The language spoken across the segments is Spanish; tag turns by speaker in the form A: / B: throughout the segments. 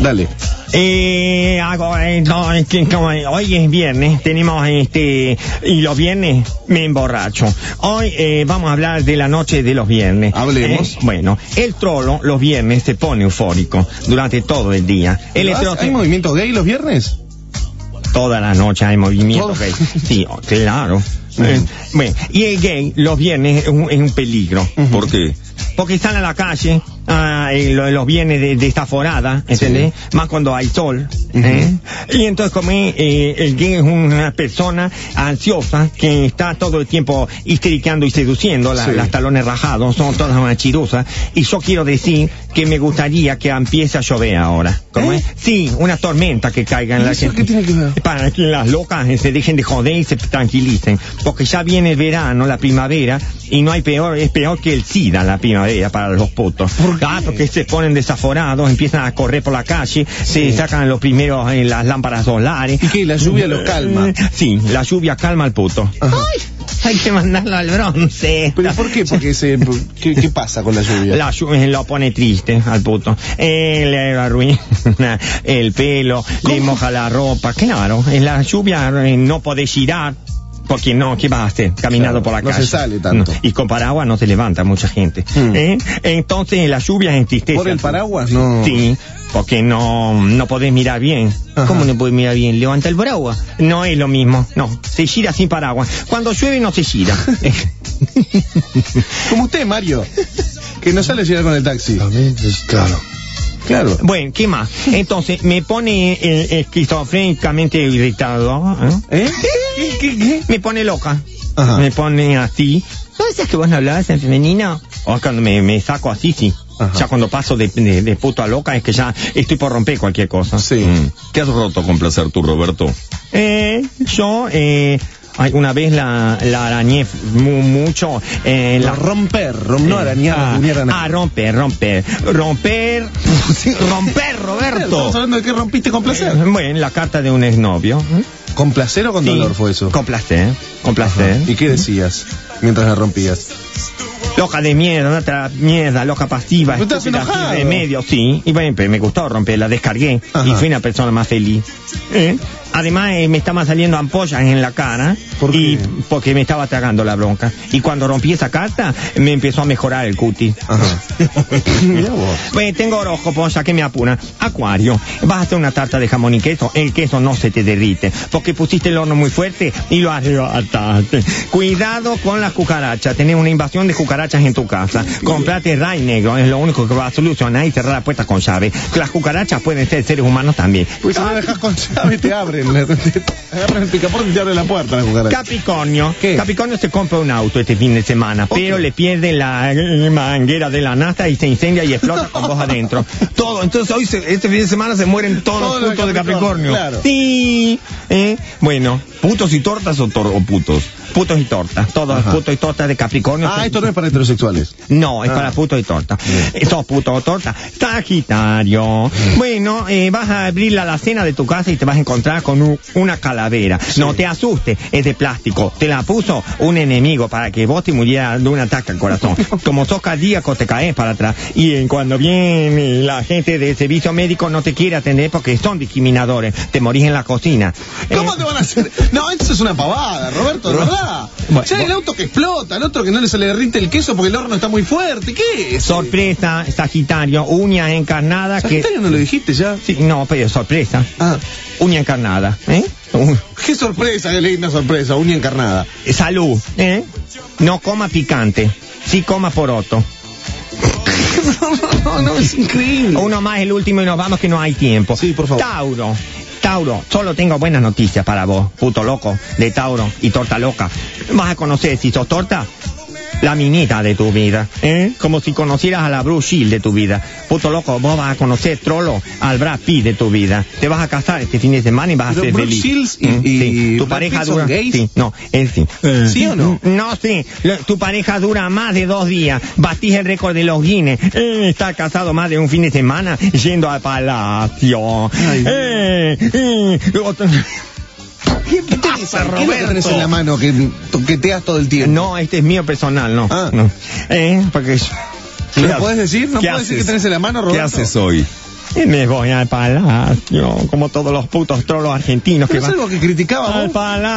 A: Dale.
B: Eh, hago, eh, no, es que como hoy es viernes, tenemos este, y los viernes me emborracho. Hoy eh, vamos a hablar de la noche de los viernes.
A: Hablemos.
B: Eh, bueno, el trolo los viernes se pone eufórico durante todo el día. El
A: ¿Vas-
B: heterosexual-
A: ¿Hay movimiento gay los viernes?
B: Toda la noche hay movimiento
A: Todo.
B: gay. Sí, oh, claro. Eh, bueno, y el gay los viernes es un, es un peligro.
A: ¿Por qué?
B: Porque están en la calle, ah, y lo- los viernes de, de estaforada, ¿entendés? Más cuando hay sol. ¿eh? Y entonces como es, eh, el gay es una persona ansiosa que está todo el tiempo histericando y seduciendo, la-
A: Sí.
B: las talones rajados, son todas una chirusa. Y yo quiero decir que me gustaría que empiece a llover ahora. ¿Cómo
A: ¿Eh?
B: es? Sí, una tormenta que caiga en la
A: ¿Eso
B: gente
A: qué tiene que ver?
B: para que las locas eh, se dejen de joder y se tranquilicen, porque ya viene el verano, la primavera, y no hay peor, es peor que el SIDA la primavera para los putos.
A: ¿Por qué?
B: Ah, porque se ponen desaforados, empiezan a correr por la calle, se sacan los primeros eh, las lámparas solares. Mm,
A: ¿Y qué? ¿La lluvia los calma?
B: Sí, la lluvia calma al puto.
A: Ajá.
B: Hay que mandarlo al bronce.
A: ¿Pero por qué? Porque se, ¿qué, qué pasa con la lluvia?
B: La lluvia lo pone triste al puto. Eh, le arruina el pelo, le moja la ropa. Claro, en la lluvia eh, no podés girar. Porque no, ¿qué vas a hacer? Caminando
A: Claro,
B: por la
A: no
B: calle.
A: se sale tanto.
B: No, Y con paraguas no se levanta mucha gente.
A: Mm.
B: ¿Eh? Entonces la lluvia es en tristeza.
A: ¿Por el paraguas? No.
B: Sí, porque no, no podés mirar bien.
A: Ajá.
B: ¿Cómo no podés mirar bien? Levanta el paraguas. No es lo mismo, no. Se gira sin paraguas. Cuando llueve no se gira.
A: Como usted, Mario, que no sale a llegar con el taxi.
C: También, pues, claro.
A: Claro.
B: Bueno, ¿qué más? Entonces, me pone eh, esquizofrénicamente irritado. ¿eh?
A: ¿Eh? ¿Qué, qué, qué?
B: Me pone loca.
A: Ajá.
B: Me pone así. ¿No decías que vos no hablabas en femenino? O cuando me, me saco así, sí.
A: Ajá.
B: Ya cuando paso de, de, de puto a loca es que ya estoy por romper cualquier cosa.
A: Sí.
D: ¿Qué has roto con placer tú, Roberto?
B: Eh, yo, eh, ay, una vez la, la arañé mu- mucho. Eh,
A: La
B: la
A: romper, rom, no arañar,
B: Ah,
A: rasguñar a nadie.
B: ah, romper, romper. Romper. romper,
A: Estamos
B: Roberto.
A: hablando de que rompiste con
B: Eh,
A: placer.
B: Bueno, la carta de un exnovio. ¿eh?
A: ¿Con placer o con
B: Sí, ¿eh?
A: dolor fue eso?
B: Con placer, con placer.
A: ¿Y qué decías mientras la rompías?
B: Loca de mierda, no otra mierda, loca pasiva,
A: Pero estás
B: estúpida,
A: enojado.
B: sin remedio, sí. Y bueno, pero me gustó romper, la descargué
A: Ajá.
B: y fui una persona más feliz. ¿Eh? Además, eh, me estaban saliendo ampollas en la cara
A: ¿Por
B: y
A: qué?
B: porque me estaba tragando la bronca. Y cuando rompí esa carta, me empezó a mejorar el cutis.
A: Ajá. Mirá vos.
B: Bueno, Pues tengo horóscopo, ya que me apura. Acuario, vas a hacer una tarta de jamón y queso, el queso no se te derrite, porque pusiste el horno muy fuerte y lo arrebataste. Cuidado con las cucarachas, tenés una invasión de cucarachas en tu casa. Comprate Ray Negro, es lo único que va a solucionar y cerrar la puerta con llave. Las cucarachas pueden ser seres humanos también.
A: Pues si no dejas con llave te abren. la- te- Agarran el picaporte y te abren la puerta la cucaracha.
B: Capricornio.
A: ¿Qué?
B: Capricornio se compra un auto este fin de semana, pero le pierde la eh, manguera de la nafta y se incendia y explota con vos adentro. Todo. Entonces hoy, se- este fin de semana, se mueren todos
A: Todos
B: los
A: los
B: putos de
A: Capricornio,
B: Capricornio.
A: claro.
B: Sí. ¿eh? Bueno,
D: ¿Putos y tortas o, tor- o putos?
B: putos y tortas. Todos
A: Ajá.
B: putos y tortas de Capricornio.
A: Ah, esto no es para heterosexuales.
B: No, es
A: Ah.
B: para puto y torta. Eh, Sos puto o torta. Sagitario. Bueno, eh, vas a abrir la alacena de tu casa y te vas a encontrar con un- una calavera. No te asustes, es de plástico. Te la puso un enemigo para que vos te murieras de un ataque al corazón. Como sos cardíaco, te caes para atrás. Y en cuando viene la gente del servicio médico no te quiere atender porque son discriminadores. Te morís en la cocina. Eh,
A: ¿Cómo te van a hacer? No, eso es una pavada, Roberto, de
B: Ro-
A: verdad.
B: Bueno,
A: ya el
B: bueno.
A: auto que explota, el otro que no le se le derrite el queso porque el horno está muy fuerte. ¿Qué es?
B: Sorpresa, Sagitario, uña encarnada que...
A: Sagitario no lo dijiste ya.
B: Sí, no, pero sorpresa.
A: Ah,
B: Uña encarnada, ¿eh? Un-
A: qué sorpresa, qué linda sorpresa, uña encarnada.
B: eh, salud, ¿eh? No coma picante, sí coma poroto.
A: No, no, es increíble.
B: Uno más, el último, y nos vamos que no hay tiempo.
A: Sí, por favor.
B: Tauro. Tauro, solo tengo buenas noticias para vos, puto loco, de Tauro y torta loca. Vas a conocer, si sos torta, la minita de tu vida, ¿eh? Como si conocieras a la Bruce Shield de tu vida. Puto loco, vos vas a conocer, trolo, al Brad Pitt de tu vida. Te vas a casar este fin de semana y vas
A: Pero
B: a ser
A: Brooke
B: feliz.
A: Shields y-
B: ¿Mm?
A: y- y
B: sí. Tu
A: Brad
B: pareja
A: Pitt son
B: dura...
A: gays? Eh. Mm,
B: Sí, no, en fin.
A: ¿Sí o no?
B: No, sí. Lo- Tu pareja dura más de dos días. Batís el récord de los Guinness. Eh, estás casado más de un fin de semana yendo al palacio.
A: Ay,
B: Eh, eh, otro- Ah, ¿Qué te pasa,
A: ¿Qué es lo que tenés en la mano que toqueteas todo el tiempo?
B: No, este es mío personal, no.
A: Ah.
B: no. Eh, porque yo-
A: ¿No
B: ¿Qué
A: podés
B: haces?
A: decir? ¿No
B: ¿Qué
A: podés decir que
B: haces?
A: tenés en la mano, Roberto?
D: ¿Qué haces hoy?
B: Y me voy al palacio, como todos los putos trolos argentinos que
A: Pero eso
B: van.
A: es lo que criticaba
B: Al
A: vos.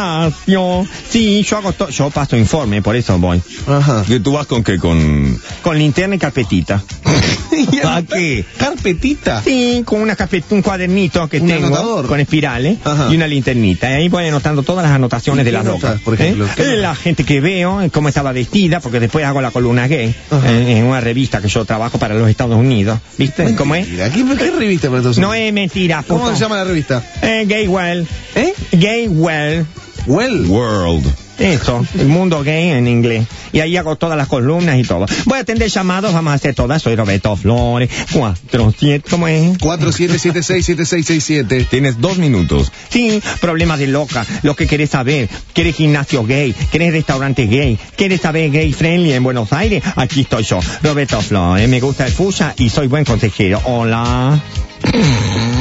B: palacio. Sí, yo hago to- yo paso informe, por eso voy.
A: Ajá.
D: ¿Que tú vas con qué? Con...
B: Con linterna y carpetita.
A: Y
D: ¿A
A: el-
D: qué?
A: Carpetita.
B: Sí, con una carpet- un cuadernito que
A: Un
B: tengo
A: anotador.
B: con espirales
A: Ajá.
B: y una linternita. Y ahí voy anotando todas las anotaciones
A: ¿Y
B: de
A: qué
B: las
A: notas,
B: locas.
A: por ejemplo?
B: ¿eh?
A: ¿Qué
B: Eh,
A: notas?
B: La gente que veo, eh, cómo estaba vestida, porque después hago la columna gay
A: Ajá.
B: eh, en una revista que yo trabajo para los Estados Unidos. ¿Viste? ¿Cómo es?
A: Mira, ¿qué, qué revista para entonces?
B: No es mentira.
A: ¿Cómo
B: puto.
A: se llama la revista?
B: Eh, gay well.
A: ¿Eh?
B: Gay well.
A: Well.
D: World.
B: Eso, el mundo gay en inglés. Y ahí hago todas las columnas y todo. Voy a atender llamados, vamos a hacer todas. Soy Roberto Flores. Cuatro, siete, ¿cómo es?
A: 47767667.
D: Tienes dos minutos.
B: Sí, problemas de loca, lo que querés saber. ¿Quieres gimnasio gay? ¿Quieres restaurante gay? ¿Quieres saber gay friendly en Buenos Aires? Aquí estoy yo, Roberto Flores. Me gusta el fusa y soy buen consejero. Hola.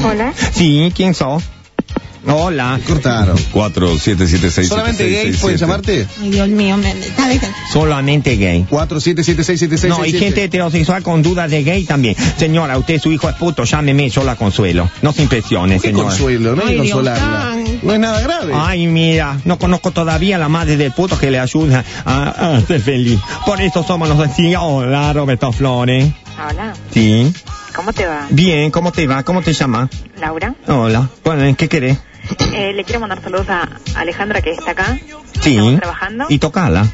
C: Hola.
B: Sí, ¿quién sos? Hola.
A: Cortaron.
D: Cuatro, siete, siete, seis,
A: ¿Solamente
D: siete, seis,
A: gays
D: seis,
A: pueden
D: siete.
A: llamarte?
C: Ay, Dios mío, me, me- está bien.
B: Solamente gay. No, y gente
A: 47767667.
B: heterosexual con dudas de gay también. Señora, usted su hijo es puto, llámeme, yo la consuelo. No se impresione,
A: Qué
B: señora.
A: consuelo, no hay que
C: Ay, Dios,
A: consolarla.
C: tan.
A: No es nada grave.
B: Ay, mira, no conozco todavía la madre del puto que le ayuda a, a ser feliz. Por eso somos los así. Hola, Roberto Flores.
C: Hola,
B: Sí.
C: ¿cómo te va?
B: Bien, ¿cómo te va? ¿Cómo te llamas?
C: Laura.
B: Hola. Bueno, ¿en ¿qué querés?
C: Eh, le quiero mandar saludos a Alejandra que está acá.
B: Sí.
C: Estamos trabajando.
B: Y tocala.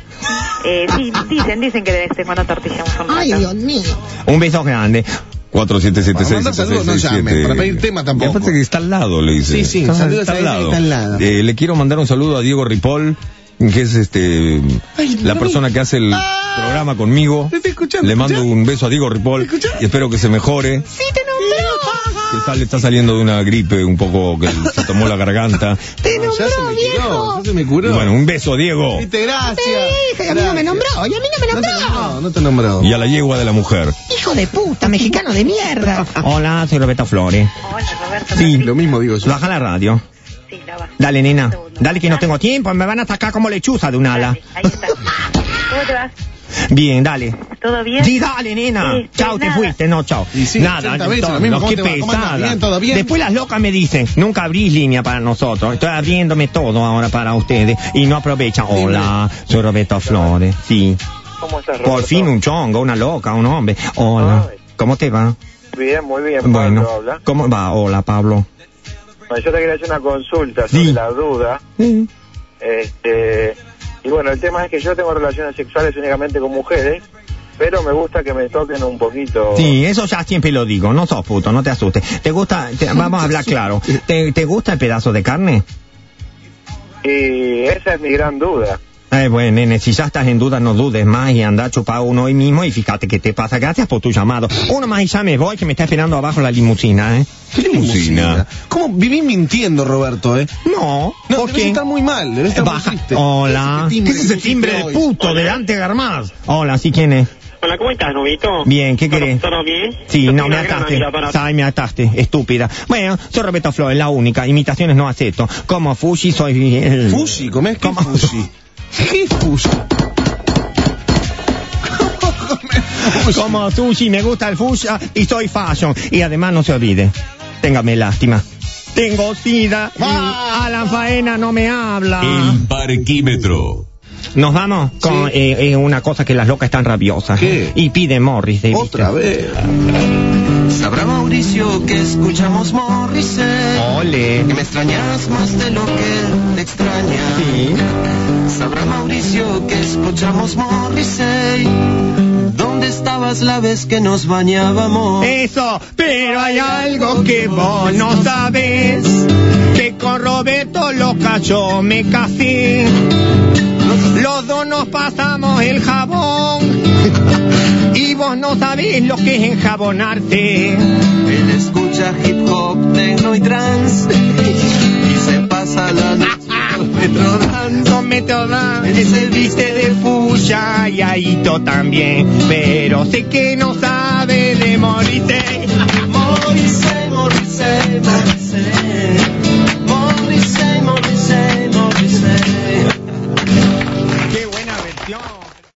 C: Eh, sí, dicen, dicen que de vez en cuando tortillamos un rato.
E: Ay, Dios mío.
B: Un beso grande.
D: Cuatro, siete, siete,
A: Para
D: seis,
A: mandar
D: siete,
A: saludos
D: seis,
A: no
D: siete.
A: llamen, para pedir tema tampoco.
D: Y aparte que está al lado, le
A: Sí,
D: dice.
A: sí, saludos a ella que está al lado.
D: Eh, le quiero mandar un saludo a Diego Ripoll, que es este la persona que hace el programa conmigo.
A: Te estoy escuchando,
D: Le mando
A: Ah. ¿escuchás?
D: un beso a Diego Ripoll
A: ¿Escuchás?
D: y espero que se mejore.
E: Sí, te nombró.
D: Que sale, está saliendo de una gripe un poco que se tomó la garganta.
E: Te
A: No, ya se
E: nombró,
A: me curó,
E: viejo.
A: ya se me
D: Y
A: curó.
D: bueno, un beso a Diego
A: Viste, gracias.
E: Te dije que a mí no me
A: Gracias.
E: nombró. Y a mí no me
A: No te nombró,
E: nombró.
A: no te nombró.
D: y a la yegua de la mujer.
E: Hijo de puta, mexicano de mierda.
C: Ah.
B: Hola, soy Roberto Flores.
C: Hola, Roberto.
B: Sí,
A: Lo mismo digo yo.
B: Baja la radio.
C: Sí, la bajo.
B: Dale, nena.
C: Un segundo.
B: Dale que no tengo tiempo. Me van a atacar como lechuza de un ala.
C: Dale, Ahí está. ¿Cómo te vas?
B: Bien, dale.
C: ¿Todo bien?
B: Sí, dale, nena.
C: Sí, sí,
B: chao, te
C: nada.
B: fuiste. No, chao.
A: Y sí, 80
B: nada,
A: veces
B: todo,
A: lo mismo.
B: no,
A: ¿Cómo
B: qué
A: te va? ¿Cómo andas?
B: pesada.
A: Bien, ¿todo bien?
B: Después las locas me dicen, nunca abrís línea para nosotros. Estoy abriéndome todo ahora para ustedes y no aprovechan. Hola, soy Roberto Flores. Sí.
F: ¿Cómo estás, Roberto?
B: Por fin un chongo, una loca, un hombre. Hola.
F: Ay.
B: ¿Cómo te va?
F: Bien, muy bien.
B: Bueno,
F: Pablo habla.
B: ¿cómo va? Hola, Pablo.
F: Bueno, yo te quería hacer una consulta
B: Sí.
F: sobre la duda. Este, y bueno, el tema es que yo tengo relaciones sexuales únicamente con mujeres, pero me gusta que me toquen un poquito.
B: Sí, eso ya siempre lo digo. No sos puto, no te asustes. ¿Te gusta? te- vamos a hablar claro. ¿Te, ¿Te gusta el pedazo de carne?
F: Y esa es mi gran duda.
B: Eh, bueno, nene, si ya estás en duda, no dudes más y anda a chupar uno hoy mismo y fíjate qué te pasa. Gracias por tu llamado. Uno más y ya me voy, que me está esperando abajo la limusina, ¿eh?
A: ¿Qué limusina? ¿Cómo vivís mintiendo, Roberto, eh?
B: No,
A: No,
B: ¿por
A: debes
B: qué?
A: estar muy mal, debes estar muy
B: Baja.
A: triste.
B: Hola.
A: ¿Qué es ese timbre que
B: de
A: hoy?
B: puto delante de Garmaz? Hola, ¿sí quién es?
G: Hola, ¿cómo estás, Nubito?
B: Bien, ¿qué querés?
G: ¿Todo bien?
B: Sí,
G: Yo
B: no,
G: tengo
B: me
G: una gran
B: ataste.
G: amiga para-
B: Ay, me ataste, estúpida. Bueno, soy Roberto Flores, la única. Imitaciones no acepto. Como Fuji soy... el-
A: Fushi, ¿comés qué
B: ¿Cómo?
A: fushi? ¿Qué fushi? ¿Cómo comés fushi?
B: Como sushi, me gusta el fuchsia y soy fashion. Y además no se olvide, téngame lástima. Tengo sida y
A: Ah.
B: Alan Faena no me habla.
D: parquímetro.
B: Nos vamos con
A: Sí.
B: eh, eh, una cosa que las locas están rabiosas. ¿eh?
A: ¿Qué?
B: Y pide Morris. ¿viste?
A: Otra vez.
H: Sabrá Mauricio que escuchamos Morrissey
B: Ole.
H: Que me extrañas más de lo que te extraña
B: Sí.
H: Sabrá Mauricio que escuchamos Morrissey ¿Dónde estabas la vez que nos bañábamos?
B: Eso, pero hay algo que vos no sabes. Que con Roberto Loca yo me casé. Los dos nos pasamos el jabón. Y vos no sabés lo que es enjabonarte.
H: Él escucha hip hop, techno y trance Y se pasa la noche con Petrodance.
B: Con Metodán, él se viste de fuya y Aito también. Pero sé que no sabe de morirte.
H: Morrissey, Morrissey, Morrissey